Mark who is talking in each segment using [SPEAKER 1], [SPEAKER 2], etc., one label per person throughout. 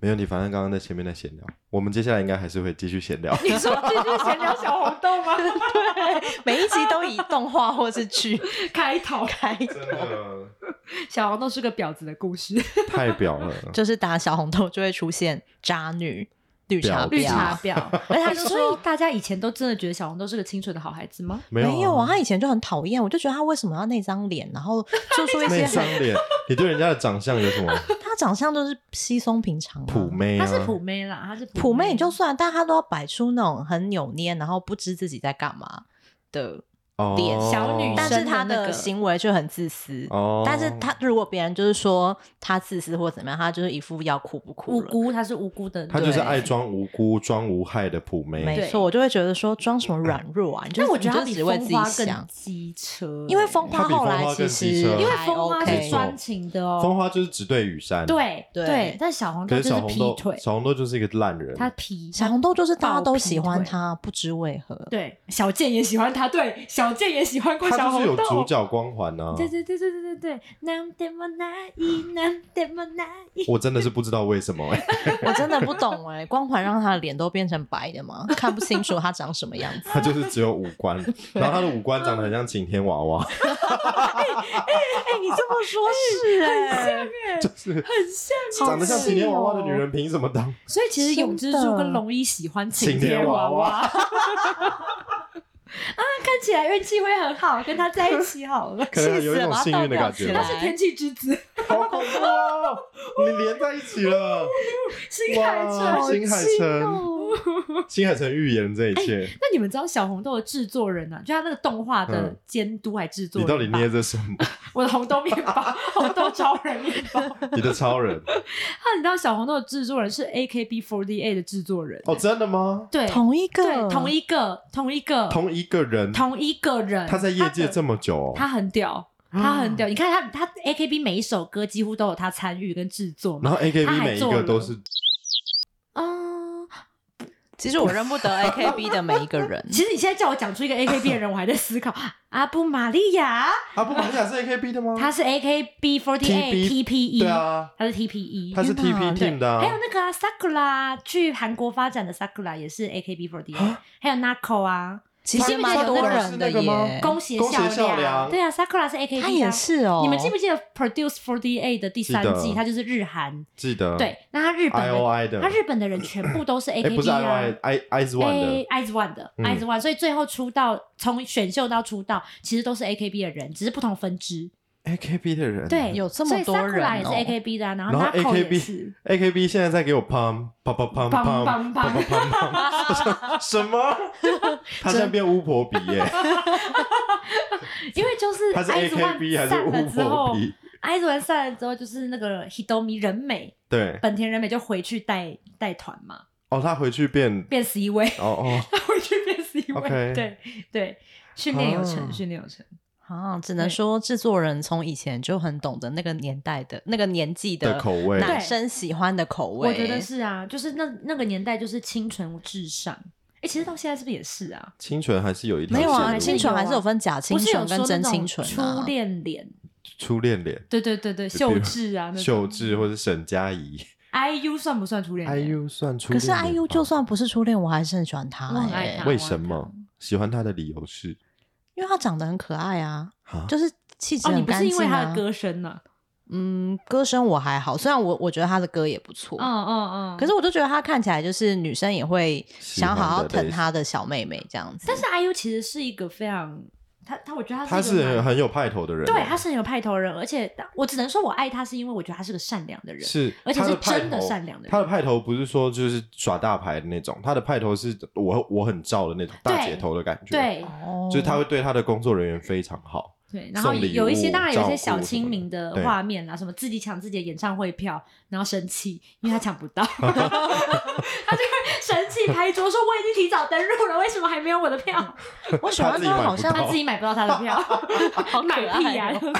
[SPEAKER 1] 没问题，反正刚刚在前面在闲聊，我们接下来应该还是会继续闲聊。
[SPEAKER 2] 你说继续闲聊小红豆吗？
[SPEAKER 3] 每一集都以动画或是剧
[SPEAKER 2] 开头，
[SPEAKER 3] 开，
[SPEAKER 1] 真的
[SPEAKER 2] 小红豆是个婊子的故事，
[SPEAKER 1] 太表了，
[SPEAKER 3] 就是打小红豆就会出现渣女、绿茶
[SPEAKER 1] 婊
[SPEAKER 2] 绿茶
[SPEAKER 3] 婊。
[SPEAKER 2] 婊。而 且他就
[SPEAKER 3] 所以
[SPEAKER 2] 说，大家以前都真的觉得小红豆是个清纯的好孩子吗？
[SPEAKER 1] 没有
[SPEAKER 3] 没有啊，他以前就很讨厌，我就觉得他为什么要那张脸，然后做出一
[SPEAKER 1] 内
[SPEAKER 3] 些
[SPEAKER 1] 伤
[SPEAKER 3] 很
[SPEAKER 1] 脸，你对人家的长相有什么
[SPEAKER 3] 他长相都是稀松平常、啊，
[SPEAKER 1] 普妹
[SPEAKER 2] 她
[SPEAKER 1] 啊？
[SPEAKER 2] 是普妹啦，她是
[SPEAKER 3] 普妹
[SPEAKER 2] 妹，
[SPEAKER 3] 也就算，但他都要摆出那种很扭捏，然后不知自己在干嘛的，
[SPEAKER 1] 哦
[SPEAKER 3] 脸
[SPEAKER 2] 小女
[SPEAKER 3] 但
[SPEAKER 2] 生
[SPEAKER 3] 是他
[SPEAKER 2] 的那
[SPEAKER 3] 的
[SPEAKER 2] 个
[SPEAKER 3] 行为就很自私。
[SPEAKER 1] 哦，
[SPEAKER 3] 啊但是他如果别人就是说他自私或怎么样，他就是一副要哭不哭
[SPEAKER 2] 无
[SPEAKER 3] 了。
[SPEAKER 2] 辜，她是无辜的，
[SPEAKER 1] 她就是
[SPEAKER 2] 对
[SPEAKER 1] 爱。装无辜、装无害的普妹。
[SPEAKER 3] 没错，我就会觉得说装什么软弱啊，你就
[SPEAKER 2] 但我觉得她比
[SPEAKER 3] 你就只为自
[SPEAKER 2] 风
[SPEAKER 3] 己
[SPEAKER 2] 花
[SPEAKER 3] 想
[SPEAKER 2] 更，机车欸，
[SPEAKER 3] 因为风花
[SPEAKER 1] 她比
[SPEAKER 3] 后
[SPEAKER 1] 风
[SPEAKER 3] 来
[SPEAKER 1] 花
[SPEAKER 3] 其
[SPEAKER 1] 更
[SPEAKER 3] 实
[SPEAKER 1] 机车
[SPEAKER 2] 因为
[SPEAKER 3] 还
[SPEAKER 2] 风花
[SPEAKER 3] OK
[SPEAKER 2] 是专情的哦，
[SPEAKER 1] 风花就是只对雨山，。
[SPEAKER 2] 对
[SPEAKER 3] 对
[SPEAKER 2] 但小红豆
[SPEAKER 1] 可
[SPEAKER 2] 就是
[SPEAKER 1] 小红
[SPEAKER 2] 劈
[SPEAKER 1] 豆，
[SPEAKER 2] 腿，
[SPEAKER 1] 小红豆就是一个烂人，
[SPEAKER 2] 她劈
[SPEAKER 3] 小红豆就是大家
[SPEAKER 2] 爆
[SPEAKER 3] 都
[SPEAKER 2] 劈
[SPEAKER 3] 喜欢
[SPEAKER 2] 腿
[SPEAKER 3] 他，不知为何。
[SPEAKER 2] 对，小健也喜欢他，对，小健也喜欢过小
[SPEAKER 1] 她就是
[SPEAKER 2] 红
[SPEAKER 1] 有主
[SPEAKER 2] 豆。
[SPEAKER 1] 角光环呢、啊。
[SPEAKER 2] 对对对对对对对，なんでもない、なんでもない。
[SPEAKER 1] 我真的是不知道为什么、欸，
[SPEAKER 3] 我真的不懂哎、光环让他的脸都变成白的吗？看不清楚他长什么样 子。
[SPEAKER 1] 她就是只有五官，然后她的五官长得很像晴天娃娃，
[SPEAKER 3] 哎、你这么说，是哎、
[SPEAKER 1] 就是
[SPEAKER 2] 很像。哎
[SPEAKER 1] 长得像晴天娃娃的女人凭什么当？
[SPEAKER 2] 所以其实永之助跟龙一喜欢晴天娃娃。啊， 看起来运气会很好，跟他在一起好了。
[SPEAKER 1] 可啊能有一种幸运的感觉
[SPEAKER 2] 他
[SPEAKER 1] 吧，
[SPEAKER 2] 是天气之子，
[SPEAKER 1] 好恐怖哦！你连在一起了，
[SPEAKER 2] 新
[SPEAKER 1] 哇！
[SPEAKER 2] 海诚。哦
[SPEAKER 1] 新海诚，新海诚预言这一切，
[SPEAKER 2] 那你们知道小红豆的制作人啊，就他那个动画的监督还制作
[SPEAKER 1] 嗯你
[SPEAKER 2] 人、
[SPEAKER 1] 到底捏？着什么？
[SPEAKER 2] 我的红豆面包， 红豆超人面包。
[SPEAKER 1] 你的超人
[SPEAKER 2] 他你知道小红豆的制作人是 AKB48 的制作人
[SPEAKER 1] 哦，真的吗？
[SPEAKER 2] 对，
[SPEAKER 3] 同一个，
[SPEAKER 2] 对同一个同一个
[SPEAKER 1] 同一个人，
[SPEAKER 2] 同一个人，
[SPEAKER 1] 他在业界这
[SPEAKER 2] 么
[SPEAKER 1] 么久哦，
[SPEAKER 2] 他很屌，
[SPEAKER 3] 啊
[SPEAKER 2] 他很屌。你看他他 AKB 每一首歌几乎都有他参与跟制作嘛
[SPEAKER 1] 然，后 AKB 每一
[SPEAKER 2] 做
[SPEAKER 1] 个
[SPEAKER 2] 了
[SPEAKER 1] 都是
[SPEAKER 2] 嗯，
[SPEAKER 3] 啊其实我认不得 AKB 的每一个 人。
[SPEAKER 2] 其实你现在叫我讲出一个 AKB 的人，我还在思考。阿布玛利亚，
[SPEAKER 1] 啊，不，玛利亚是 AKB 的吗？
[SPEAKER 2] 他是 AKB48
[SPEAKER 1] TB
[SPEAKER 2] TPE，
[SPEAKER 1] 哦对啊，
[SPEAKER 2] E 他是 TPE，
[SPEAKER 1] 他是
[SPEAKER 3] 天哪
[SPEAKER 1] TP
[SPEAKER 2] 对
[SPEAKER 1] Team 的
[SPEAKER 2] 还有
[SPEAKER 1] 啊，
[SPEAKER 2] 那个啊，Sakura 去韩国发展的 Sakura 也是 AKB48，还有 Nako 啊，
[SPEAKER 3] 其实蛮多人的
[SPEAKER 1] 你记不记得有那个
[SPEAKER 3] 耶
[SPEAKER 1] 吗，
[SPEAKER 2] 宫胁
[SPEAKER 1] 宫胁
[SPEAKER 2] 笑
[SPEAKER 1] 笑良
[SPEAKER 2] 对啊，Sakura 是 AKB，
[SPEAKER 3] 他也
[SPEAKER 2] 啊
[SPEAKER 3] 是哦。
[SPEAKER 2] 你们记不记得 Produce Forty Eight 的第三
[SPEAKER 1] 记得嗯
[SPEAKER 2] 季？它就是日韩，
[SPEAKER 1] 记得
[SPEAKER 2] 对，那它日本人，
[SPEAKER 1] IOI 的，
[SPEAKER 2] 它日本的人全部都是
[SPEAKER 1] 哎，不
[SPEAKER 2] AKB
[SPEAKER 1] 是
[SPEAKER 2] 啊
[SPEAKER 1] IOI，I I's One 的，
[SPEAKER 2] ，Eyes One 的
[SPEAKER 1] 嗯
[SPEAKER 2] ，Eyes One，所以最后出道，从选秀到出道，其实都是 AKB 的人，只是不同分支。
[SPEAKER 1] AKB 的人，
[SPEAKER 2] 对，
[SPEAKER 3] 有这么多
[SPEAKER 2] 所以
[SPEAKER 3] 人哦
[SPEAKER 2] Sakura 也是 AKB 的啊，然后
[SPEAKER 1] 然后
[SPEAKER 2] Nako 也
[SPEAKER 1] AKB
[SPEAKER 2] 是。
[SPEAKER 1] AKB 现在在给我 pump pump pump pump
[SPEAKER 2] pump
[SPEAKER 1] pump
[SPEAKER 2] pump
[SPEAKER 1] pump pump pump，我想什么？他现在变巫婆鼻耶，
[SPEAKER 2] 因为就是
[SPEAKER 1] 他是
[SPEAKER 2] Eyes
[SPEAKER 1] AKB 还是
[SPEAKER 2] 完散
[SPEAKER 1] 巫
[SPEAKER 2] 了之
[SPEAKER 1] 婆
[SPEAKER 2] 后
[SPEAKER 1] 鼻？
[SPEAKER 2] ，Eyes One 散了之后，就是那个 Hidomi 人美
[SPEAKER 1] 对，
[SPEAKER 2] 本田人美就回去带带团嘛，
[SPEAKER 1] 哦，他回去变，
[SPEAKER 2] 变 C 位，
[SPEAKER 1] 哦哦，
[SPEAKER 2] 他回去变 C 位
[SPEAKER 1] OK
[SPEAKER 2] 对对，训练有成，
[SPEAKER 1] 哦
[SPEAKER 2] 训练有成。
[SPEAKER 3] 啊，只能说制作人从以前就很懂得那个年代的那个年纪
[SPEAKER 1] 的口味，
[SPEAKER 3] 男生喜欢的口味。
[SPEAKER 2] 我觉得是啊，就是那那个年代就是清纯至上。哎、其实到现在是不是也是啊？
[SPEAKER 1] 清纯还是有一条
[SPEAKER 3] 没有
[SPEAKER 1] 线
[SPEAKER 3] 啊，
[SPEAKER 1] 路
[SPEAKER 3] 清纯还是有分假清
[SPEAKER 2] 不是有
[SPEAKER 3] 纯
[SPEAKER 2] 说
[SPEAKER 3] 跟真
[SPEAKER 2] 那种
[SPEAKER 3] 清纯啊
[SPEAKER 2] 初。恋脸，
[SPEAKER 1] 初恋脸。
[SPEAKER 2] 对对对对，
[SPEAKER 1] 比如
[SPEAKER 2] 秀智啊，那
[SPEAKER 1] 秀
[SPEAKER 2] 种
[SPEAKER 1] 智或是沈佳宜
[SPEAKER 2] IU 算不算初恋脸？哦
[SPEAKER 1] ，IU 算初
[SPEAKER 3] 可
[SPEAKER 1] 恋
[SPEAKER 3] 是
[SPEAKER 1] 脸吧
[SPEAKER 3] IU 就算不是初恋，我还是很喜欢他
[SPEAKER 2] 我很爱
[SPEAKER 3] 哎
[SPEAKER 2] 他，
[SPEAKER 1] 为什么喜欢他的理由是
[SPEAKER 3] 因为他长得很可爱啊，
[SPEAKER 1] 啊，
[SPEAKER 3] 就是气质
[SPEAKER 2] 哦，你
[SPEAKER 3] 很
[SPEAKER 2] 不
[SPEAKER 3] 干
[SPEAKER 2] 是
[SPEAKER 3] 净
[SPEAKER 2] 因为他
[SPEAKER 3] 啊
[SPEAKER 2] 的。歌声呢、
[SPEAKER 3] 嗯，歌声我还好，虽然我我觉得他的歌也不错，
[SPEAKER 2] 嗯嗯嗯。
[SPEAKER 3] 可是我就觉得他看起来就是女生也会
[SPEAKER 1] 喜
[SPEAKER 3] 想
[SPEAKER 1] 欢
[SPEAKER 3] 好好
[SPEAKER 1] 的
[SPEAKER 3] 疼
[SPEAKER 1] 类
[SPEAKER 3] 他的小妹妹这样子。
[SPEAKER 2] 但是 IU 其实是一个非常，他他我觉得
[SPEAKER 1] 他
[SPEAKER 2] 他一个
[SPEAKER 1] 是
[SPEAKER 2] 蛮
[SPEAKER 1] 很有派头的人，哦
[SPEAKER 2] 对，他是很有派头的人，而且我只能说我爱他是因为我觉得他是个善良的人。
[SPEAKER 1] 是，
[SPEAKER 2] 而且
[SPEAKER 1] 他
[SPEAKER 2] 是
[SPEAKER 1] 的派
[SPEAKER 2] 真的
[SPEAKER 1] 头
[SPEAKER 2] 善良的人
[SPEAKER 1] 他的派头不是说就是耍大牌的那种，他的派头是我我很照的那种大
[SPEAKER 2] 对
[SPEAKER 1] 姐头的感觉，，
[SPEAKER 2] 对
[SPEAKER 3] 哦
[SPEAKER 1] 就是他会对他的工作人员非常好，
[SPEAKER 2] 对，然后
[SPEAKER 1] 送礼
[SPEAKER 2] 有一些
[SPEAKER 1] 物
[SPEAKER 2] 当然有一些
[SPEAKER 1] 照
[SPEAKER 2] 小
[SPEAKER 1] 顾什
[SPEAKER 2] 亲
[SPEAKER 1] 么的
[SPEAKER 2] 民的
[SPEAKER 1] 对
[SPEAKER 2] 画面啦，啊什么自己抢自己的演唱会票，然后生气，因为他抢不 到，他就会生气拍桌说我已经提早登入了，为什么还没有我的 票？
[SPEAKER 3] 我喜欢
[SPEAKER 1] 他自己
[SPEAKER 3] 他
[SPEAKER 1] 买
[SPEAKER 3] 好
[SPEAKER 1] 不
[SPEAKER 3] 像
[SPEAKER 1] 到
[SPEAKER 2] 他自己买不到他的票，
[SPEAKER 3] 好
[SPEAKER 2] 买屁呀、
[SPEAKER 3] 哦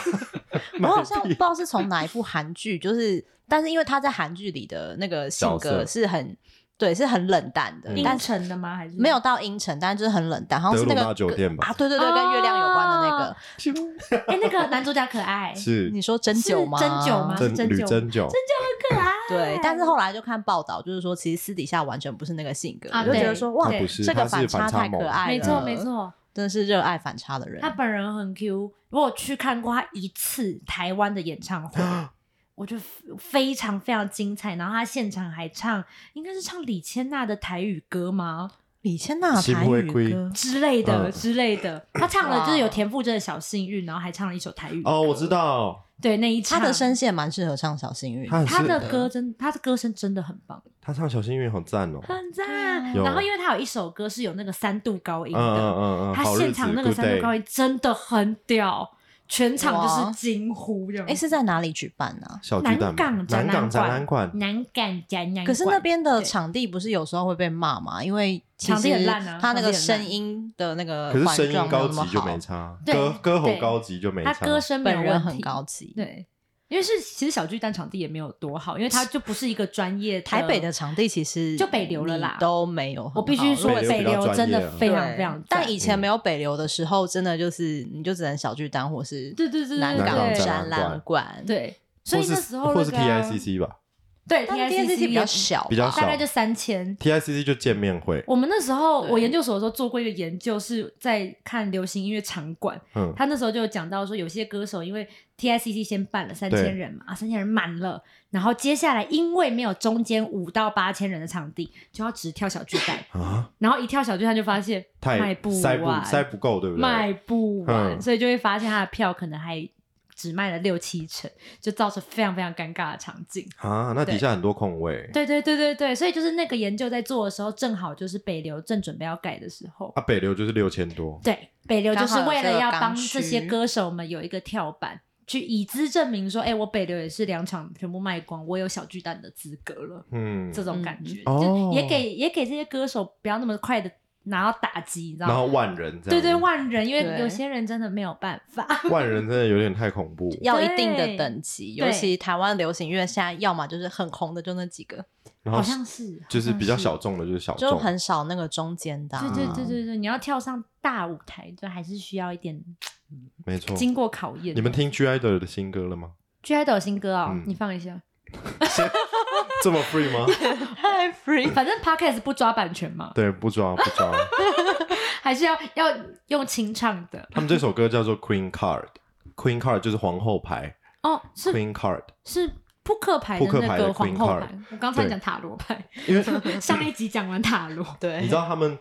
[SPEAKER 1] 买
[SPEAKER 3] 我好像不
[SPEAKER 1] 屁
[SPEAKER 3] 知道是从哪一部韩剧，就是但是因为他在韩剧里的那个性
[SPEAKER 1] 角
[SPEAKER 3] 格
[SPEAKER 1] 色
[SPEAKER 3] 是很对，是很冷淡的，
[SPEAKER 1] 嗯
[SPEAKER 3] 但
[SPEAKER 2] 阴
[SPEAKER 3] 是
[SPEAKER 2] 沉的吗？还是
[SPEAKER 3] 没有到阴沉，但是就是很冷淡，好像是那
[SPEAKER 1] 德鲁纳
[SPEAKER 3] 个
[SPEAKER 1] 酒店吧啊
[SPEAKER 3] 啊，对对对，跟月亮有关的那个。
[SPEAKER 2] 哎、那个男主角可爱，
[SPEAKER 1] 是
[SPEAKER 3] 你说针灸吗？
[SPEAKER 2] 是针灸吗
[SPEAKER 1] 真
[SPEAKER 2] 是针
[SPEAKER 1] 吕
[SPEAKER 2] 灸
[SPEAKER 1] 针灸，
[SPEAKER 2] 真的很可爱。
[SPEAKER 3] 对，但是后来就看报道，就是说其实私底下完全不是那个性格，
[SPEAKER 2] 啊
[SPEAKER 3] 我就觉得
[SPEAKER 2] 对
[SPEAKER 3] 说哇
[SPEAKER 2] 对，
[SPEAKER 1] 不是
[SPEAKER 3] 这
[SPEAKER 1] 他
[SPEAKER 3] 个
[SPEAKER 1] 是
[SPEAKER 3] 差
[SPEAKER 1] 反差
[SPEAKER 3] 太
[SPEAKER 1] 萌
[SPEAKER 3] 可爱了，
[SPEAKER 2] 没错没，错，
[SPEAKER 3] 真的是热爱反差的人
[SPEAKER 2] 他。本人很 Q。我有去看过他一次台湾的演唱会，
[SPEAKER 1] 啊
[SPEAKER 2] 我觉得非常非常精彩。然后他现场还唱，应该是唱李千娜的台语歌吗？
[SPEAKER 3] 李千娜的
[SPEAKER 1] 心
[SPEAKER 3] 台
[SPEAKER 1] 不会
[SPEAKER 3] 语
[SPEAKER 1] 亏
[SPEAKER 3] 歌，
[SPEAKER 2] 之类的、
[SPEAKER 1] 嗯
[SPEAKER 2] 之类的。他唱了就是有
[SPEAKER 3] 哇
[SPEAKER 2] 田馥甄的《小幸运》，然后还唱了一首台语歌。
[SPEAKER 1] 哦，我知道，
[SPEAKER 2] 对那一
[SPEAKER 3] 她
[SPEAKER 2] 场
[SPEAKER 3] 的声线蛮适合唱《小幸运》。
[SPEAKER 1] 他很
[SPEAKER 2] 他
[SPEAKER 1] 适
[SPEAKER 2] 的歌真，他的歌声真的很棒，
[SPEAKER 1] 他唱小幸运好赞哦，
[SPEAKER 2] 很
[SPEAKER 3] 啊
[SPEAKER 2] 赞。
[SPEAKER 1] 有
[SPEAKER 2] 然后因为他有一首歌是有那个三度高音
[SPEAKER 1] 嗯
[SPEAKER 2] 的，
[SPEAKER 1] 嗯嗯嗯，
[SPEAKER 2] 他
[SPEAKER 1] 好日
[SPEAKER 2] 现
[SPEAKER 1] 子
[SPEAKER 2] 场那个
[SPEAKER 1] good
[SPEAKER 2] 三度
[SPEAKER 1] day
[SPEAKER 2] 高音真的很屌，全场就
[SPEAKER 3] 哇
[SPEAKER 2] 是惊呼这样。
[SPEAKER 3] 哎，是在哪里举办啊呢？
[SPEAKER 1] 小巨
[SPEAKER 2] 南
[SPEAKER 1] 蛋吧
[SPEAKER 2] 港展
[SPEAKER 1] 南港
[SPEAKER 2] 览
[SPEAKER 1] 展览馆
[SPEAKER 2] 馆，，南港展览馆，
[SPEAKER 3] 可是那边的
[SPEAKER 2] 对
[SPEAKER 3] 场地不是有时候会被骂嘛？因为其
[SPEAKER 2] 场地很
[SPEAKER 3] 实
[SPEAKER 2] 烂啊
[SPEAKER 3] 他那
[SPEAKER 2] 场地
[SPEAKER 3] 个
[SPEAKER 2] 很烂
[SPEAKER 3] 声音的那个
[SPEAKER 1] 可是
[SPEAKER 3] 环
[SPEAKER 1] 声
[SPEAKER 3] 状
[SPEAKER 1] 音
[SPEAKER 3] 没有
[SPEAKER 1] 高
[SPEAKER 3] 那么
[SPEAKER 1] 级就
[SPEAKER 3] 好
[SPEAKER 1] 没差，
[SPEAKER 2] 对
[SPEAKER 1] 歌歌喉
[SPEAKER 2] 对
[SPEAKER 1] 高级就没
[SPEAKER 2] 他
[SPEAKER 1] 差，
[SPEAKER 2] 歌声没有
[SPEAKER 3] 本人
[SPEAKER 2] 问
[SPEAKER 3] 很
[SPEAKER 2] 题
[SPEAKER 3] 高级。，
[SPEAKER 2] 对。因为是其实小巨蛋场地也没有多好，因为它就不是一个专业
[SPEAKER 3] 台北的场地其实
[SPEAKER 2] 就北流了啦
[SPEAKER 3] 你都没有很好。
[SPEAKER 2] 我必须说，
[SPEAKER 3] 如果
[SPEAKER 1] 北流比
[SPEAKER 2] 北
[SPEAKER 1] 较
[SPEAKER 2] 流
[SPEAKER 1] 专
[SPEAKER 2] 真
[SPEAKER 1] 业
[SPEAKER 2] 的
[SPEAKER 1] 啊
[SPEAKER 2] 非常
[SPEAKER 3] 对
[SPEAKER 2] 非常赞，
[SPEAKER 3] 但以前没有北流的时候，真的就是你就只能小巨蛋或是
[SPEAKER 2] 对对对对
[SPEAKER 3] 南
[SPEAKER 2] 对
[SPEAKER 3] 港
[SPEAKER 2] 对
[SPEAKER 3] 展览馆。，
[SPEAKER 2] 对，所
[SPEAKER 1] 或
[SPEAKER 2] 以
[SPEAKER 1] 是
[SPEAKER 2] 那时候
[SPEAKER 1] 或
[SPEAKER 2] 那
[SPEAKER 1] 是
[SPEAKER 2] 个啊
[SPEAKER 1] TICC 吧
[SPEAKER 2] 对
[SPEAKER 3] 但 DCC 比较小吧，
[SPEAKER 1] 比较
[SPEAKER 2] 大概就三千。
[SPEAKER 1] ，TICC 就见面会，
[SPEAKER 2] 我们那时候
[SPEAKER 3] 对
[SPEAKER 2] 我研究所的时候做过一个研究，是在看流行音乐场馆，
[SPEAKER 1] 嗯，
[SPEAKER 2] 他那时候就有讲到说，有些歌手因为 TICC 先办了三
[SPEAKER 1] 对
[SPEAKER 2] 千人嘛，啊，三千人满了，然后接下来因为没有中间五到八千人的场地，就要只跳小巨蛋，
[SPEAKER 1] 啊，
[SPEAKER 2] 然后一跳小巨蛋就发现卖
[SPEAKER 1] 太
[SPEAKER 2] 不
[SPEAKER 1] 塞不
[SPEAKER 2] 完，
[SPEAKER 1] 塞不够，对不对？
[SPEAKER 2] 卖不完，
[SPEAKER 1] 嗯
[SPEAKER 2] 所以就会发现他的票可能还只卖了六七成，就造成非常非常尴尬的场景。
[SPEAKER 1] 啊，那底
[SPEAKER 2] 对
[SPEAKER 1] 下很多空位，
[SPEAKER 2] 对对对对对，所以就是那个研究在做的时候，正好就是北流正准备要改的时候。
[SPEAKER 1] 啊，北流就是六千多，
[SPEAKER 2] 对，北流就是为了要
[SPEAKER 3] 刚好有这个刚
[SPEAKER 2] 帮
[SPEAKER 3] 需
[SPEAKER 2] 这些歌手们有一个跳板，去以资证明说，哎、我北流也是两场全部卖光，我有小巨蛋的资格了，
[SPEAKER 1] 嗯，
[SPEAKER 2] 这种感觉，
[SPEAKER 1] 嗯哦
[SPEAKER 2] 就也给也给这些歌手不要那么快的拿到打击，你知道
[SPEAKER 1] 然
[SPEAKER 2] 吗？
[SPEAKER 1] 后万人这样，
[SPEAKER 2] 对对，万人，因为
[SPEAKER 3] 对
[SPEAKER 2] 有些人真的没有办法。
[SPEAKER 1] 万人真的有点太恐怖，
[SPEAKER 3] 要一定的
[SPEAKER 2] 对
[SPEAKER 3] 等级，
[SPEAKER 2] 对
[SPEAKER 3] 尤其台湾流行乐现在要么就是很红的就那几个，
[SPEAKER 1] 然
[SPEAKER 2] 好
[SPEAKER 1] 后
[SPEAKER 2] 像是，
[SPEAKER 1] 就是比较
[SPEAKER 2] 好像
[SPEAKER 1] 小众的，就是小
[SPEAKER 3] 就
[SPEAKER 1] 众，
[SPEAKER 3] 很少那个中间的啊、
[SPEAKER 2] 是。对对对
[SPEAKER 1] 嗯
[SPEAKER 2] 对对，你要跳上大舞台，就还是需要一点
[SPEAKER 1] 没错。
[SPEAKER 2] 经过考验。
[SPEAKER 1] 哦你们听 G IDOL 的新歌了吗？
[SPEAKER 2] G I 都有新歌哦，
[SPEAKER 1] 嗯
[SPEAKER 2] 你放一 下。
[SPEAKER 1] 这么 free 吗？
[SPEAKER 3] 太 free，
[SPEAKER 2] 反正 Podcast 不抓版权嘛，
[SPEAKER 1] 对，不抓不抓。
[SPEAKER 2] 还是要要用清唱的
[SPEAKER 1] 他们这首歌叫做 Queen Card，Queen Card 就是皇后牌
[SPEAKER 2] 哦。是
[SPEAKER 1] ，Queen Card，
[SPEAKER 2] 是扑克牌的
[SPEAKER 1] 扑克
[SPEAKER 2] 那
[SPEAKER 1] 牌的
[SPEAKER 2] 个
[SPEAKER 1] Queen
[SPEAKER 2] 皇后
[SPEAKER 1] card
[SPEAKER 2] 牌，我刚才
[SPEAKER 1] 对
[SPEAKER 2] 讲塔罗牌，
[SPEAKER 1] 因为
[SPEAKER 2] 上一集讲完塔罗，
[SPEAKER 3] 对，
[SPEAKER 1] 你知道他们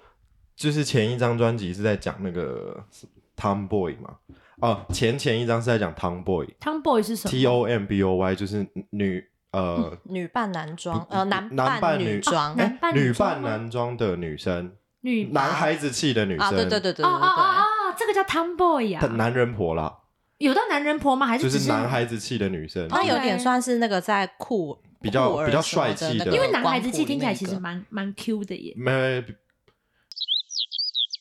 [SPEAKER 1] 就是前一张专辑是在讲那个 Tomboy 嘛？哦，前前一张是在讲 Tomboy，T
[SPEAKER 2] Tomboy 是什么
[SPEAKER 1] O M B O Y 就是女呃
[SPEAKER 3] 女扮男装，呃，男
[SPEAKER 1] 男扮
[SPEAKER 3] 扮女装，
[SPEAKER 2] 男
[SPEAKER 3] 哎
[SPEAKER 1] 哎
[SPEAKER 2] 扮
[SPEAKER 1] 女
[SPEAKER 2] 女装
[SPEAKER 1] 扮
[SPEAKER 2] 吗
[SPEAKER 1] 男装的女生，
[SPEAKER 2] 女
[SPEAKER 1] 男孩子气的女生
[SPEAKER 3] 啊，对对对对对
[SPEAKER 2] 哦哦哦
[SPEAKER 3] 对，
[SPEAKER 2] 哦，这个叫 Tomboy 呀
[SPEAKER 1] 的，男人婆啦，
[SPEAKER 2] 有到男人婆吗？还
[SPEAKER 1] 就
[SPEAKER 2] 哎只
[SPEAKER 1] 是男？孩子气的女生，
[SPEAKER 3] 他
[SPEAKER 2] 哦
[SPEAKER 3] 啊有点算是那个在酷，
[SPEAKER 1] 比较
[SPEAKER 3] 酷儿
[SPEAKER 1] 比较
[SPEAKER 3] 什么
[SPEAKER 1] 帅气的
[SPEAKER 3] 的那个光谱里面一个，
[SPEAKER 1] 因
[SPEAKER 2] 因为男孩子气听起来其实蛮蛮 Q 的耶，
[SPEAKER 1] 没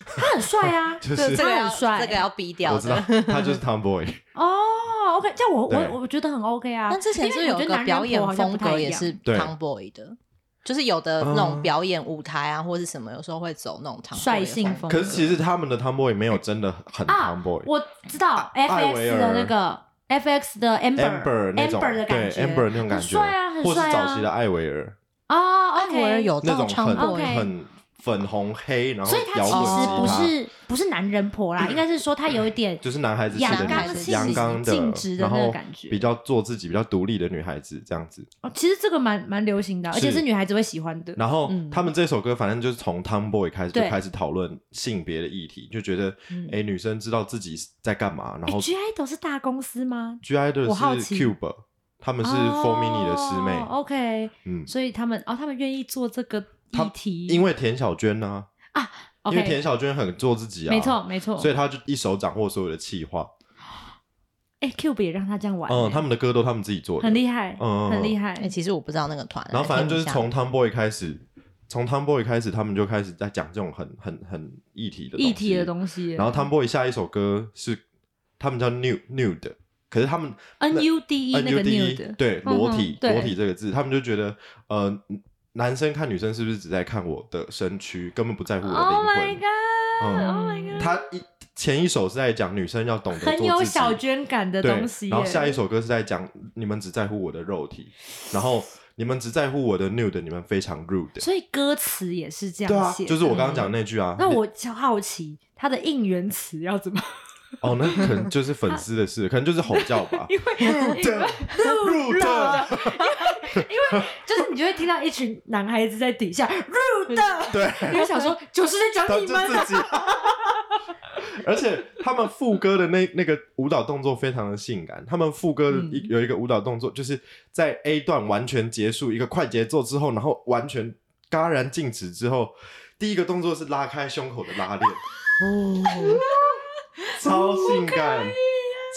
[SPEAKER 2] 他很帅啊，
[SPEAKER 1] 就
[SPEAKER 3] 对
[SPEAKER 1] 是
[SPEAKER 3] 这个要
[SPEAKER 2] 他很帅
[SPEAKER 3] 这个要逼
[SPEAKER 1] 我
[SPEAKER 3] 掉
[SPEAKER 1] 知道
[SPEAKER 3] 的。
[SPEAKER 1] 他 就是 Tomboy，
[SPEAKER 2] 哦，OK，这样我
[SPEAKER 1] 对
[SPEAKER 2] 我我觉得很 OK 啊。
[SPEAKER 3] 但之前是
[SPEAKER 2] 因为我
[SPEAKER 3] 有
[SPEAKER 2] 觉得
[SPEAKER 3] 一个
[SPEAKER 2] 男
[SPEAKER 3] 表
[SPEAKER 2] 人
[SPEAKER 3] 演
[SPEAKER 2] 婆好像
[SPEAKER 3] 风
[SPEAKER 2] 不太
[SPEAKER 3] 格
[SPEAKER 2] 一
[SPEAKER 3] 也
[SPEAKER 2] 样
[SPEAKER 3] 是
[SPEAKER 1] 对
[SPEAKER 3] tomboy 的，就是有的那
[SPEAKER 1] 嗯
[SPEAKER 3] 种表演舞台啊，或是什么，有时候会走那种 tomboy 的
[SPEAKER 2] 率性
[SPEAKER 3] 风
[SPEAKER 2] 风
[SPEAKER 3] 格。
[SPEAKER 1] 可是其实他们的 Tomboy 没有真的很
[SPEAKER 2] 啊
[SPEAKER 1] Tomboy。
[SPEAKER 2] 我知道 FX 的那个 FX 的
[SPEAKER 1] Amber 那种
[SPEAKER 2] Amber
[SPEAKER 1] 对
[SPEAKER 2] 的感觉
[SPEAKER 1] Amber 那种感觉，
[SPEAKER 2] 很帅啊很
[SPEAKER 1] 或是
[SPEAKER 2] 帅啊
[SPEAKER 1] 早期的艾薇儿
[SPEAKER 2] 哦
[SPEAKER 3] 艾
[SPEAKER 2] ，OK，
[SPEAKER 3] 薇儿有
[SPEAKER 1] 那
[SPEAKER 3] 到
[SPEAKER 1] 种很
[SPEAKER 3] tomboy，
[SPEAKER 2] OK
[SPEAKER 1] 很粉红黑，然后
[SPEAKER 2] 所以他
[SPEAKER 1] 摇
[SPEAKER 2] 其实
[SPEAKER 1] 滚
[SPEAKER 2] 不
[SPEAKER 1] 吉他，
[SPEAKER 2] 是不是男人婆啦，应该是说他有一点
[SPEAKER 1] 就是男孩子气的
[SPEAKER 2] 阳刚
[SPEAKER 1] 女
[SPEAKER 2] 气
[SPEAKER 1] 阳刚的
[SPEAKER 2] 尽职的
[SPEAKER 1] 然
[SPEAKER 2] 那个
[SPEAKER 1] 后
[SPEAKER 2] 感觉
[SPEAKER 1] 比。较做自己、比较独立的女孩子这样子。
[SPEAKER 2] 哦，其实这个蛮蛮流行的，而且是女孩子会喜欢的。
[SPEAKER 1] 然后
[SPEAKER 3] 嗯
[SPEAKER 1] 他们这首歌反正就是从 Tomboy 开始就
[SPEAKER 2] 对
[SPEAKER 1] 开始讨论性别的议题，就觉得
[SPEAKER 3] 嗯
[SPEAKER 1] 哎，诶女生知道自己在干嘛，然
[SPEAKER 2] 哎
[SPEAKER 1] 后
[SPEAKER 2] ，G I 都是大公司吗？
[SPEAKER 1] G I 的
[SPEAKER 2] 我好
[SPEAKER 1] 是
[SPEAKER 2] 奇
[SPEAKER 1] Cube，他们是 Four Mini 的师妹，
[SPEAKER 2] 哦，OK，
[SPEAKER 1] 嗯，
[SPEAKER 2] 所以他们哦，他们愿意做这个
[SPEAKER 1] 他
[SPEAKER 2] 议题，
[SPEAKER 1] 因为田小娟呢、因为
[SPEAKER 2] OK，
[SPEAKER 1] 田小娟很做自己啊，
[SPEAKER 2] 没错没错，
[SPEAKER 1] 所以她就一手掌握所有的企划，
[SPEAKER 2] 哎，Cube 也让他这样玩，欸
[SPEAKER 1] 嗯，他们的歌都他们自己做的，
[SPEAKER 2] 很厉害，
[SPEAKER 1] 嗯嗯嗯
[SPEAKER 2] 很厉害
[SPEAKER 3] 哎、。其实我不知道那个团啊，
[SPEAKER 1] 然后反正就是
[SPEAKER 3] 听一下
[SPEAKER 1] 从 Tomboy 开始，从 Tomboy 开始，他们就开始在讲这种很很很议题的
[SPEAKER 2] 议题的
[SPEAKER 1] 西。
[SPEAKER 2] 东西。
[SPEAKER 1] 然后 Tomboy 下一首歌是他们叫 New Nude，可是他们
[SPEAKER 2] N U D E 那个
[SPEAKER 1] 呃 N-U-D-E，
[SPEAKER 2] nude，
[SPEAKER 1] 对
[SPEAKER 2] 嗯
[SPEAKER 1] 裸体
[SPEAKER 2] 对
[SPEAKER 1] 裸体这个字，他们就觉得呃男生看女生是不是只在看我的身躯，根本不在乎我的灵
[SPEAKER 2] Oh my
[SPEAKER 1] 魂？嗯
[SPEAKER 2] god！Oh my god！
[SPEAKER 1] 他一前一首是在讲女生要懂得做
[SPEAKER 2] 很有
[SPEAKER 1] 自己
[SPEAKER 2] 小娟感的
[SPEAKER 1] 对，
[SPEAKER 2] 东西耶。
[SPEAKER 1] 然后下一首歌是在讲你们只在乎我的肉体，然后你们只在乎我的 nude，你们非常 rude。
[SPEAKER 2] 所以歌词也是这
[SPEAKER 1] 对
[SPEAKER 2] 样
[SPEAKER 1] 啊，
[SPEAKER 2] 写的。
[SPEAKER 1] 就是我刚刚讲的那句啊。
[SPEAKER 2] 那我就好奇他的应援词要怎么？
[SPEAKER 1] 哦，那可能就是粉丝的事，可能就是吼叫 吧。
[SPEAKER 2] 因为因为
[SPEAKER 1] rude，rude，
[SPEAKER 2] 就是你就会听到一群男孩子在底下 rude，
[SPEAKER 1] 对，
[SPEAKER 2] 你会想说就是在
[SPEAKER 1] 他
[SPEAKER 2] 讲
[SPEAKER 1] 就
[SPEAKER 2] 你们啊，
[SPEAKER 1] 自己。而且他们副歌的那那个舞蹈动作非常的性感，他们副歌的一、有一个舞蹈动作，就是在 A 段完全结束一个快节奏之后，然后完全戛然静止之后，第一个动作是拉开胸口的拉链，
[SPEAKER 3] 哦，
[SPEAKER 1] 超性感，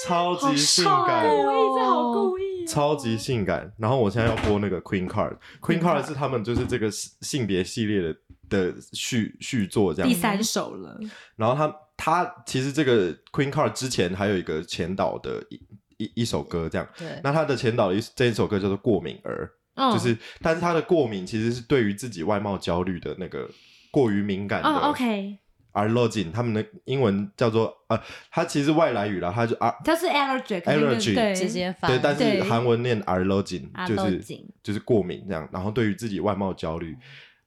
[SPEAKER 1] 超级性感。
[SPEAKER 3] 好帅哦
[SPEAKER 2] 故意，这好故意哦，
[SPEAKER 1] 超级性感，然后我现在要播那个 Queen Card，Queen Card 是他们就是这个性性别系列的的续续作这样
[SPEAKER 2] 第
[SPEAKER 1] 子。
[SPEAKER 2] 三首了，
[SPEAKER 1] 然后他他其实这个 Queen Card 之前还有一个前导的一一一首歌这样，
[SPEAKER 3] 对，
[SPEAKER 1] 那他的前导的一这一首歌叫做《过敏儿》，
[SPEAKER 2] 嗯
[SPEAKER 1] 就是但是他的过敏其实是对于自己外貌焦虑的那个过于敏感的。
[SPEAKER 2] 嗯 OK，
[SPEAKER 1] 而 l o g i n 他们的英文叫做呃，它其实外来语啦，它就 R
[SPEAKER 2] 它是 allergic，那个
[SPEAKER 1] Allergic，
[SPEAKER 2] 对，
[SPEAKER 3] 直接翻，
[SPEAKER 1] 对，但
[SPEAKER 2] 对
[SPEAKER 1] 是韩文念 R l o g i n 就
[SPEAKER 2] allergic
[SPEAKER 1] 是就是过敏这样，然后对于自己外貌焦虑。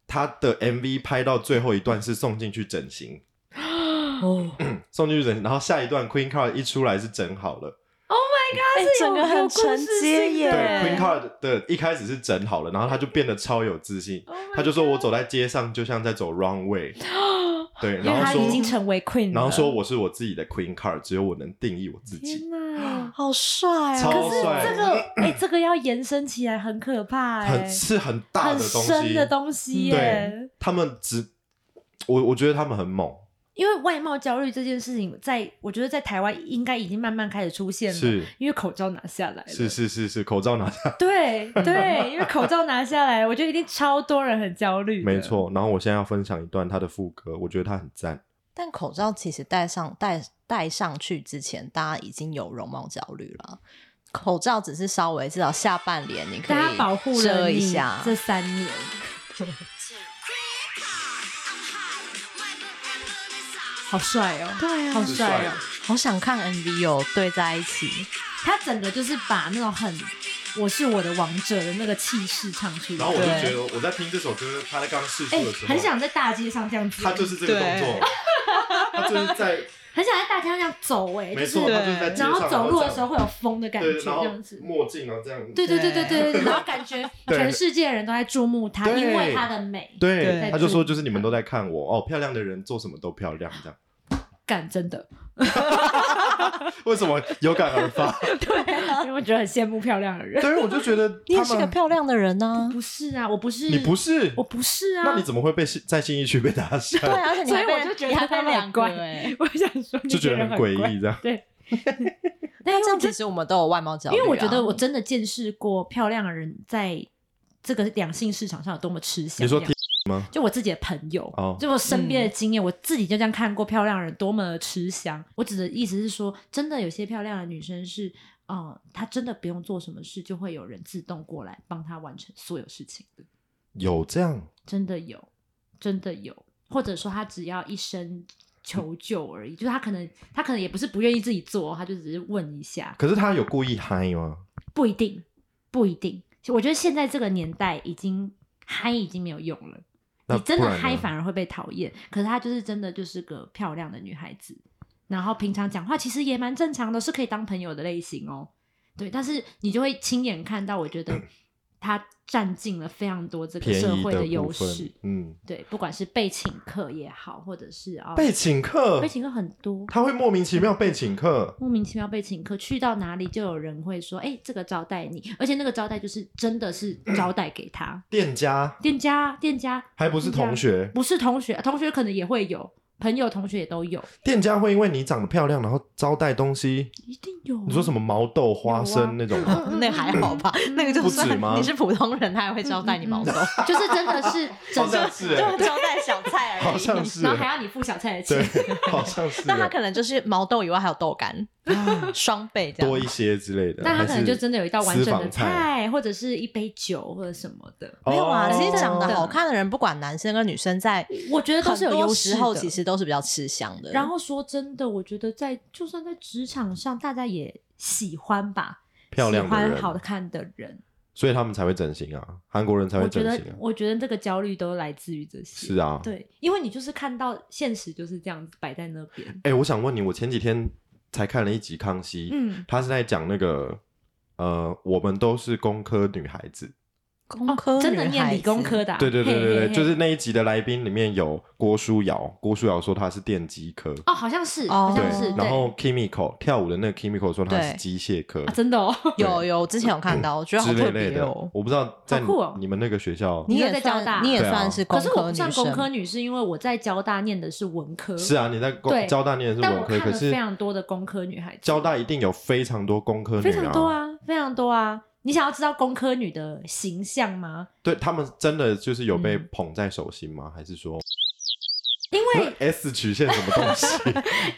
[SPEAKER 1] 他的 MV 拍到最后一段是送进去整形，
[SPEAKER 3] 哦，
[SPEAKER 1] 送进去整形，然后下一段 Queen Card 一出来是整好了。
[SPEAKER 2] 它
[SPEAKER 3] 哎
[SPEAKER 2] 是有
[SPEAKER 3] 整个很承接耶
[SPEAKER 1] 对
[SPEAKER 3] 对
[SPEAKER 1] ，Queen Card 的一开始是整好了，然后他就变得超有自信，
[SPEAKER 2] Oh
[SPEAKER 1] 他就说我走在街上就像在走 wrong way，对，
[SPEAKER 2] 因为
[SPEAKER 1] 然
[SPEAKER 2] 他
[SPEAKER 1] 后
[SPEAKER 2] 已经
[SPEAKER 1] 说，
[SPEAKER 2] 成为 queen，
[SPEAKER 1] 然后
[SPEAKER 2] 了
[SPEAKER 1] 说我是我自己的 Queen Card，只有我能定义我自己。
[SPEAKER 2] 天 哪，
[SPEAKER 3] 好帅啊！
[SPEAKER 1] 超
[SPEAKER 2] 哦可是
[SPEAKER 1] 帅
[SPEAKER 2] 这个哎，这个要延伸起来很可怕哎
[SPEAKER 1] 很，是很大的
[SPEAKER 2] 很
[SPEAKER 1] 东
[SPEAKER 2] 深
[SPEAKER 1] 西，
[SPEAKER 2] 的东
[SPEAKER 3] 嗯
[SPEAKER 2] 西耶
[SPEAKER 1] 对。，他们只我我觉得他们很猛，
[SPEAKER 2] 因为外貌焦虑这件事情在，我觉得在台湾应该已经慢慢开始出现了，
[SPEAKER 1] 是
[SPEAKER 2] 因为口罩拿下来了，
[SPEAKER 1] 是是是是，口罩拿下，
[SPEAKER 2] 对对，因为口罩拿下来，我觉得一定超多人很焦虑，
[SPEAKER 1] 没，错。然后我现在要分享一段他的副歌，我觉得他很赞。
[SPEAKER 3] 但口罩其实戴上戴戴上去之前，大家已经有容貌焦虑了。口罩只是稍微至少下半脸你可
[SPEAKER 2] 但它
[SPEAKER 3] 以
[SPEAKER 2] 保护了
[SPEAKER 3] 遮
[SPEAKER 2] 你
[SPEAKER 3] 一下，
[SPEAKER 2] 这三年，好帅哦，
[SPEAKER 3] 对啊
[SPEAKER 2] 好
[SPEAKER 1] 是
[SPEAKER 2] 帅
[SPEAKER 1] 帅，
[SPEAKER 2] 哦
[SPEAKER 3] 好想看 MV 哦，对在一起，
[SPEAKER 2] 他整个就是把那种很我是我的王者的那个气势唱出来
[SPEAKER 1] 然后，我就
[SPEAKER 3] 对
[SPEAKER 1] 觉得我在听这首歌，他在刚试出
[SPEAKER 2] 哎
[SPEAKER 1] 的时，候，
[SPEAKER 2] 很想在大街上这样子，
[SPEAKER 1] 他就是这个动作
[SPEAKER 3] 对，
[SPEAKER 1] 他就是在
[SPEAKER 2] 很想在大街上这样走，哎，
[SPEAKER 1] 没
[SPEAKER 2] 就是
[SPEAKER 1] 错，他就是在街上
[SPEAKER 2] 然后走路的时候
[SPEAKER 1] 这
[SPEAKER 2] 会有风的感
[SPEAKER 1] 样
[SPEAKER 2] 觉，
[SPEAKER 1] 对，
[SPEAKER 2] 这
[SPEAKER 1] 然后
[SPEAKER 2] 样子。
[SPEAKER 1] 墨镜啊然后这样，
[SPEAKER 2] 对对对对
[SPEAKER 3] 对
[SPEAKER 2] 对对，然后感觉
[SPEAKER 1] 对
[SPEAKER 2] 全世界人都在注目她，
[SPEAKER 1] 对
[SPEAKER 2] 因为她的美。
[SPEAKER 1] 对，
[SPEAKER 3] 对
[SPEAKER 1] 他就说就是你们都在看我哦，漂亮的人做什么都漂亮这样。
[SPEAKER 2] 感真的，
[SPEAKER 1] 为什么有感而 发？
[SPEAKER 2] 因为我觉得很羡慕漂亮的人。
[SPEAKER 1] 对，我就觉得
[SPEAKER 3] 你也
[SPEAKER 1] 他
[SPEAKER 3] 是个
[SPEAKER 1] 们，
[SPEAKER 3] 漂亮的人呢、
[SPEAKER 2] 不是啊，我不是，
[SPEAKER 1] 你不，是
[SPEAKER 2] 我，不是啊。
[SPEAKER 1] 那你怎么会被信在信义区被打
[SPEAKER 3] 对
[SPEAKER 1] 伤？
[SPEAKER 3] 啊，而且你
[SPEAKER 2] 所以
[SPEAKER 3] 还被
[SPEAKER 2] 我就觉得
[SPEAKER 3] 你还
[SPEAKER 2] 他
[SPEAKER 3] 被
[SPEAKER 2] 们
[SPEAKER 3] 两
[SPEAKER 2] 很
[SPEAKER 3] 个
[SPEAKER 2] 怪
[SPEAKER 3] 哎、
[SPEAKER 2] 我想说，
[SPEAKER 1] 就觉得很诡异。这样。
[SPEAKER 2] 对，
[SPEAKER 3] 但这样其实我们都有外貌焦虑、
[SPEAKER 2] 因
[SPEAKER 3] 啊，
[SPEAKER 2] 为我觉得我真的见识过漂亮的人在这个两性市场上有多么吃香。
[SPEAKER 1] 你说
[SPEAKER 2] 这样就我自己的朋友，
[SPEAKER 1] 哦
[SPEAKER 2] 就我身边的经验，我自己就这样看过漂亮人多么吃香。我指的意思是说，真的有些漂亮的女生是，呃，她真的不用做什么事，就会有人自动过来帮她完成所有事情的，
[SPEAKER 1] 有这样，
[SPEAKER 2] 真的有，真的有，或者说她只要一声求救而已，就是她可能她可能也不是不愿意自己做，她就只是问一下，
[SPEAKER 1] 可是他有故意嗨吗？
[SPEAKER 2] 不一定，不一定。我觉得现在这个年代已经嗨已经没有用了，
[SPEAKER 1] 那
[SPEAKER 2] 你真的
[SPEAKER 1] 不然呢
[SPEAKER 2] 嗨反而会被讨厌。可是她就是真的就是个漂亮的女孩子，然后平常讲话其实也蛮正常的，是可以当朋友的类型哦。对，但是你就会亲眼看到，我觉得她占尽了非常多这个
[SPEAKER 1] 便
[SPEAKER 2] 社
[SPEAKER 1] 宜
[SPEAKER 2] 会
[SPEAKER 1] 的
[SPEAKER 2] 优
[SPEAKER 1] 部分
[SPEAKER 2] 势。
[SPEAKER 1] 嗯，
[SPEAKER 2] 对，不管是被请客也好，或者是啊、
[SPEAKER 1] 被请客，
[SPEAKER 2] 被请客很多，
[SPEAKER 1] 他会莫名其妙被请客，
[SPEAKER 2] 莫名其妙被请客，去到哪里就有人会说：“哎、这个招待你。”而且那个招待就是真的是招待给他
[SPEAKER 1] 店家
[SPEAKER 2] 店家，店家
[SPEAKER 1] 嗯还不是同学，
[SPEAKER 2] 不是同学，同学可能也会有，朋友、同学也都有，
[SPEAKER 1] 店家会因为你长得漂亮，然后招待东西，
[SPEAKER 2] 一定有。
[SPEAKER 1] 你说什么毛豆、花生那种吗？
[SPEAKER 2] 嗯
[SPEAKER 3] 那个还好吧？那个就
[SPEAKER 1] 嗯不止
[SPEAKER 3] 算
[SPEAKER 1] 吗嗯
[SPEAKER 3] 你是普通人，他也会招待你毛豆，
[SPEAKER 2] 就是真的 是整
[SPEAKER 1] 好
[SPEAKER 2] 个
[SPEAKER 1] 像，是、欸，
[SPEAKER 3] 就招待小菜而 已。
[SPEAKER 1] 好像是、
[SPEAKER 2] 然后还
[SPEAKER 1] 欸，
[SPEAKER 2] 要你付小菜的
[SPEAKER 1] 对
[SPEAKER 2] 钱，，
[SPEAKER 1] 好像是、
[SPEAKER 3] 但他
[SPEAKER 1] 欸，
[SPEAKER 3] 可能就是毛豆以外还有豆干，双倍这样。
[SPEAKER 1] 啊多一些之类的。
[SPEAKER 2] 但他可能就
[SPEAKER 1] 还是
[SPEAKER 2] 真的有一道完
[SPEAKER 1] 私
[SPEAKER 2] 整
[SPEAKER 1] 房
[SPEAKER 2] 的
[SPEAKER 1] 菜，
[SPEAKER 2] 菜，或者是一杯酒或者什么的。
[SPEAKER 3] 没有啊，
[SPEAKER 1] 哦
[SPEAKER 3] 其实长得
[SPEAKER 2] 真的
[SPEAKER 3] 好看的人，不管男生跟女生，在
[SPEAKER 2] 我觉得都是有
[SPEAKER 3] 很多
[SPEAKER 2] 优势
[SPEAKER 3] 时
[SPEAKER 2] 的
[SPEAKER 3] 候其实都是比较吃香的。
[SPEAKER 2] 然后说真的，我觉得在就算在职场上，大家也喜欢吧，
[SPEAKER 1] 漂亮
[SPEAKER 2] 喜
[SPEAKER 1] 的
[SPEAKER 2] 欢
[SPEAKER 1] 人，
[SPEAKER 2] 好看的人。
[SPEAKER 1] 所以他们才会整形啊，韩国人才会
[SPEAKER 2] 我觉
[SPEAKER 1] 整
[SPEAKER 2] 得
[SPEAKER 1] 形啊，
[SPEAKER 2] 我觉得这个焦虑都来自于这些。
[SPEAKER 1] 是啊，
[SPEAKER 2] 对，因为你就是看到现实就是这样子摆在那边。
[SPEAKER 1] 哎、我想问你，我前几天才看了一集《康熙》，
[SPEAKER 2] 嗯，
[SPEAKER 1] 他是在讲那个呃，我们都是工科女孩子，
[SPEAKER 3] 工科、
[SPEAKER 2] 真的念理工科，的啊、
[SPEAKER 1] 对对对
[SPEAKER 2] 嘿
[SPEAKER 1] 对
[SPEAKER 2] 嘿
[SPEAKER 1] 对，
[SPEAKER 2] 嘿
[SPEAKER 1] 就是那一集的来宾里面有郭书瑶，郭书瑶说她是电机科，
[SPEAKER 2] 哦，好像是，
[SPEAKER 3] 哦
[SPEAKER 2] 好像是，
[SPEAKER 1] 对，
[SPEAKER 2] 对
[SPEAKER 1] 然后 Kimiko 跳舞的那个 Kimiko 说她是
[SPEAKER 3] 对
[SPEAKER 1] 机械科
[SPEAKER 2] 啊，真的哦，
[SPEAKER 3] 有有，之前有看到，我觉得好
[SPEAKER 1] 之类
[SPEAKER 3] 特
[SPEAKER 1] 类
[SPEAKER 3] 别
[SPEAKER 1] 的
[SPEAKER 3] 哦，。
[SPEAKER 1] 我不知道在
[SPEAKER 2] 好酷哦
[SPEAKER 1] 你们那个学校
[SPEAKER 2] 你有
[SPEAKER 3] 也
[SPEAKER 2] 在交大
[SPEAKER 3] 算，你也
[SPEAKER 1] 对啊
[SPEAKER 3] 算是工
[SPEAKER 2] 可是我
[SPEAKER 3] 科
[SPEAKER 2] 不
[SPEAKER 3] 女
[SPEAKER 2] 算
[SPEAKER 3] 生，
[SPEAKER 2] 工科女，是因为我在交大念的是文科，
[SPEAKER 1] 是啊，你在工
[SPEAKER 2] 对
[SPEAKER 1] 交大念的是
[SPEAKER 2] 但
[SPEAKER 1] 文
[SPEAKER 2] 我
[SPEAKER 1] 科，
[SPEAKER 2] 看
[SPEAKER 1] 可
[SPEAKER 2] 了
[SPEAKER 1] 是
[SPEAKER 2] 非常多的工科女孩子
[SPEAKER 1] 交大一定有非常多工科女、啊，
[SPEAKER 2] 非常多，啊，非常多啊。你想要知道工科女的形象吗？
[SPEAKER 1] 对他们真的就是有被
[SPEAKER 3] 嗯
[SPEAKER 1] 捧在手心吗？还是说
[SPEAKER 2] 因为
[SPEAKER 1] S 曲线什么东 西？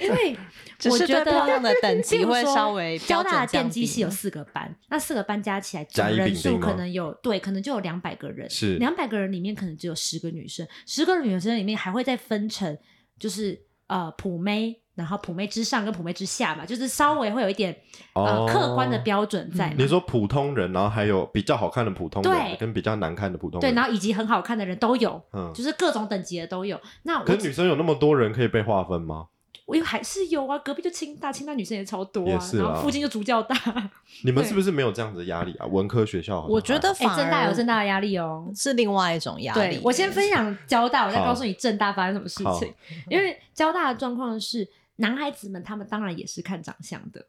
[SPEAKER 2] 因为
[SPEAKER 3] 只
[SPEAKER 2] 我
[SPEAKER 3] 是
[SPEAKER 2] 觉
[SPEAKER 3] 对
[SPEAKER 2] 得
[SPEAKER 3] 漂亮的等
[SPEAKER 2] 比
[SPEAKER 3] 级
[SPEAKER 2] 如
[SPEAKER 3] 会
[SPEAKER 2] 说
[SPEAKER 3] 稍微标
[SPEAKER 2] 交
[SPEAKER 3] 准
[SPEAKER 2] 大的电
[SPEAKER 3] 降
[SPEAKER 2] 机
[SPEAKER 3] 低
[SPEAKER 2] 系有四个班，那四个班加起来
[SPEAKER 1] 甲乙
[SPEAKER 2] 总
[SPEAKER 1] 丙
[SPEAKER 2] 人
[SPEAKER 1] 丁
[SPEAKER 2] 数
[SPEAKER 1] 吗
[SPEAKER 2] 可能有对，可能就有两百个人，
[SPEAKER 1] 是
[SPEAKER 2] 两百个人里面可能只有十个女生，十个女生里面还会再分成就是呃普妹，然后普妹之上跟普妹之下嘛，就是稍微会有一点呃
[SPEAKER 1] 哦
[SPEAKER 2] 客观的标准在嘛
[SPEAKER 1] 你说普通人，然后还有比较好看的普通人，
[SPEAKER 2] 对
[SPEAKER 1] 跟比较难看的普通
[SPEAKER 2] 对，
[SPEAKER 1] 人，
[SPEAKER 2] 然后以及很好看的人都有，
[SPEAKER 1] 嗯，
[SPEAKER 2] 就是各种等级的都有。那我
[SPEAKER 1] 可是女生有那么多人可以被划分吗？
[SPEAKER 2] 我又还是有啊，隔壁就清大，清大女生也超多
[SPEAKER 1] 也
[SPEAKER 2] 啊，
[SPEAKER 1] 是
[SPEAKER 2] 然
[SPEAKER 1] 啦
[SPEAKER 2] 后附近就主教大，
[SPEAKER 1] 你们
[SPEAKER 2] 对
[SPEAKER 1] 是不是没有这样子的压力啊？文科学校好像
[SPEAKER 3] 我
[SPEAKER 1] 还
[SPEAKER 3] 觉
[SPEAKER 1] 好
[SPEAKER 3] 得
[SPEAKER 2] 哎、
[SPEAKER 3] 反而
[SPEAKER 2] 正大有正大的压力哦。
[SPEAKER 3] 是另外一种压力
[SPEAKER 2] 对
[SPEAKER 3] 耶。
[SPEAKER 2] 我先分享交大，我再
[SPEAKER 1] 好
[SPEAKER 2] 告诉你正大发生什么事
[SPEAKER 1] 好
[SPEAKER 2] 情。因为交大的状况是，男孩子们他们当然也是看长相的，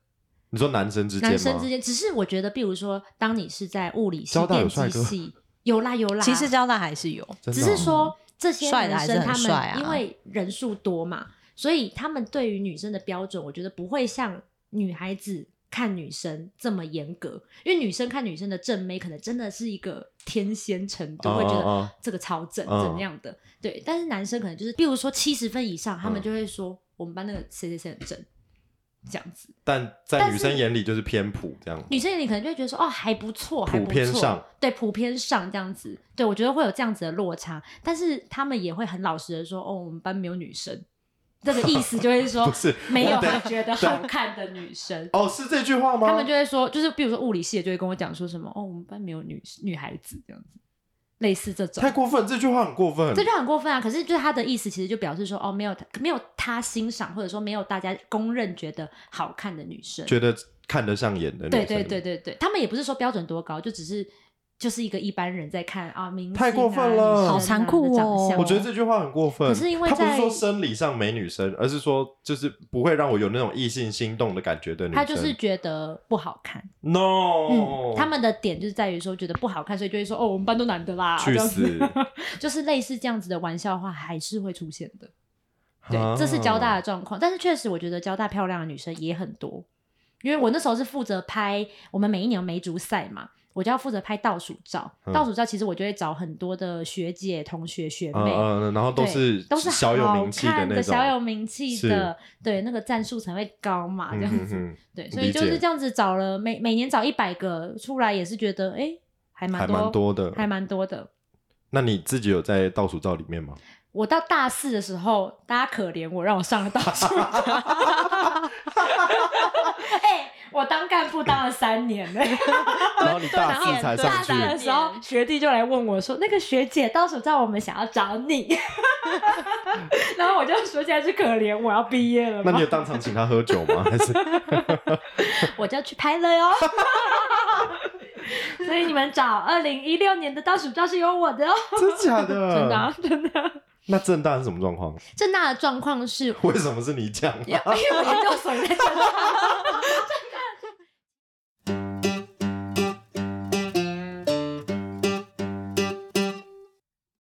[SPEAKER 1] 你说男生之间吗？
[SPEAKER 2] 男生之间只是我觉得，比如说，当你是在物理系
[SPEAKER 1] 交、大有
[SPEAKER 2] 电
[SPEAKER 1] 帅
[SPEAKER 2] 机
[SPEAKER 1] 哥
[SPEAKER 2] 系，有啦有啦，
[SPEAKER 3] 其实交大还是有，
[SPEAKER 1] 真的
[SPEAKER 2] 只
[SPEAKER 1] 哦
[SPEAKER 2] 是说这些
[SPEAKER 3] 帅的
[SPEAKER 2] 男
[SPEAKER 3] 还是
[SPEAKER 2] 生
[SPEAKER 3] 很
[SPEAKER 2] 他
[SPEAKER 3] 帅啊
[SPEAKER 2] 们因为人数多嘛，所以他们对于女生的标准，我觉得不会像女孩子看女生这么严格，因为女生看女生的正妹，可能真的是一个天仙程度，
[SPEAKER 1] 哦
[SPEAKER 2] 会觉
[SPEAKER 1] 哦哦
[SPEAKER 2] 得这个超正
[SPEAKER 1] 嗯
[SPEAKER 2] 怎么样的。对，但是男生可能就是，比如说七十分以上，他们
[SPEAKER 1] 嗯
[SPEAKER 2] 就会说我们班那个谁谁谁很正。这样子，
[SPEAKER 1] 但在
[SPEAKER 2] 但
[SPEAKER 1] 女
[SPEAKER 2] 是
[SPEAKER 1] 生眼里就是偏普这样。
[SPEAKER 2] 女生你可能就会觉得说，哦，还不错，还不
[SPEAKER 1] 普遍
[SPEAKER 2] 错
[SPEAKER 1] 上，
[SPEAKER 2] 对，普遍上这样子，对我觉得会有这样子的落差，但是他们也会很老实的说，哦，我们班没有女生，这个意思就会说
[SPEAKER 1] 不是
[SPEAKER 2] 没有
[SPEAKER 1] 我等
[SPEAKER 2] 他觉得好看的女生。
[SPEAKER 1] 哦，是这句话吗？
[SPEAKER 2] 他们就会说，就是比如说物理系的就会跟我讲说什么哦，我们班没有女女孩子这样子，类似这种
[SPEAKER 1] 太，过分，这句话很过分。
[SPEAKER 2] 这就很过分啊。可是就是他的意思，其实就表示说哦，没有他没有他欣赏，或者说没有大家公认觉得好看的女生，
[SPEAKER 1] 觉得看得上眼的女
[SPEAKER 2] 对
[SPEAKER 1] 生，
[SPEAKER 2] 对对对对，他们也不是说标准多高，就只是就是一个一般人在看啊，明星啊
[SPEAKER 1] 太过分了
[SPEAKER 2] 女生啊
[SPEAKER 1] 好
[SPEAKER 3] 残酷哦
[SPEAKER 2] 长相啊
[SPEAKER 1] 我觉得这句话很过分。
[SPEAKER 2] 可是因为
[SPEAKER 1] 他不是
[SPEAKER 2] 在
[SPEAKER 1] 说生理上没女生，而是说就是不会让我有那种异性心动的感觉的女生。哦
[SPEAKER 2] 他就是觉得不好看，
[SPEAKER 1] no，、
[SPEAKER 2] 嗯，他们的点就是在于说觉得不好看，所以就会说哦，我们班都男的啦，
[SPEAKER 1] 去
[SPEAKER 2] 这样
[SPEAKER 1] 死
[SPEAKER 2] 子， 就是类似这样子的玩笑话还是会出现的。
[SPEAKER 1] 啊
[SPEAKER 2] 对，这是交大的状况。但是确实，我觉得交大漂亮的女生也很多，因为我那时候是负责拍我们每一年有梅竹赛嘛，我就要负责拍倒数照。
[SPEAKER 1] 嗯
[SPEAKER 2] 倒数照其实我就会找很多的学姐、同学、学
[SPEAKER 1] 嗯
[SPEAKER 2] 妹。
[SPEAKER 1] 嗯，嗯然后都
[SPEAKER 2] 对
[SPEAKER 1] 是
[SPEAKER 2] 都是
[SPEAKER 1] 小有
[SPEAKER 2] 好
[SPEAKER 1] 名气
[SPEAKER 2] 看
[SPEAKER 1] 那种，
[SPEAKER 2] 小有名气的，对那个战术才会高嘛，
[SPEAKER 1] 嗯
[SPEAKER 2] 这样子，
[SPEAKER 1] 嗯
[SPEAKER 2] 对，所以
[SPEAKER 1] 理
[SPEAKER 2] 就
[SPEAKER 1] 解
[SPEAKER 2] 是这样子找了每每年找一百个出来，也是觉得哎、诶还
[SPEAKER 1] 嗯，还
[SPEAKER 2] 蛮
[SPEAKER 1] 蛮多的，
[SPEAKER 2] 还蛮多的。
[SPEAKER 1] 那你自己有在倒数照里面吗？
[SPEAKER 2] 我到大四的时候，大家可怜我，让我上了大数。 哎、我当干部当了三年呢、
[SPEAKER 1] 然后你大四
[SPEAKER 3] 然后
[SPEAKER 1] 才
[SPEAKER 3] 对
[SPEAKER 1] 上
[SPEAKER 2] 大
[SPEAKER 1] 去，
[SPEAKER 2] 三的时候，学弟就来问我说：“那个学姐，到时候照我们想要找你。” 然后我就说：“现在是可怜我要毕业了
[SPEAKER 1] 那
[SPEAKER 2] 吗
[SPEAKER 1] 你有当场请他喝酒吗？还是？？”
[SPEAKER 2] 我就去拍了哟。 所以你们找二零一六年的倒数照是有我的哦，
[SPEAKER 1] 真假的？
[SPEAKER 2] 真的啊、真的啊。
[SPEAKER 1] 那正大是什么状况？
[SPEAKER 2] 正大的状况是
[SPEAKER 1] 为什么是你讲？啊
[SPEAKER 2] 哎因为我研究所也在正大，正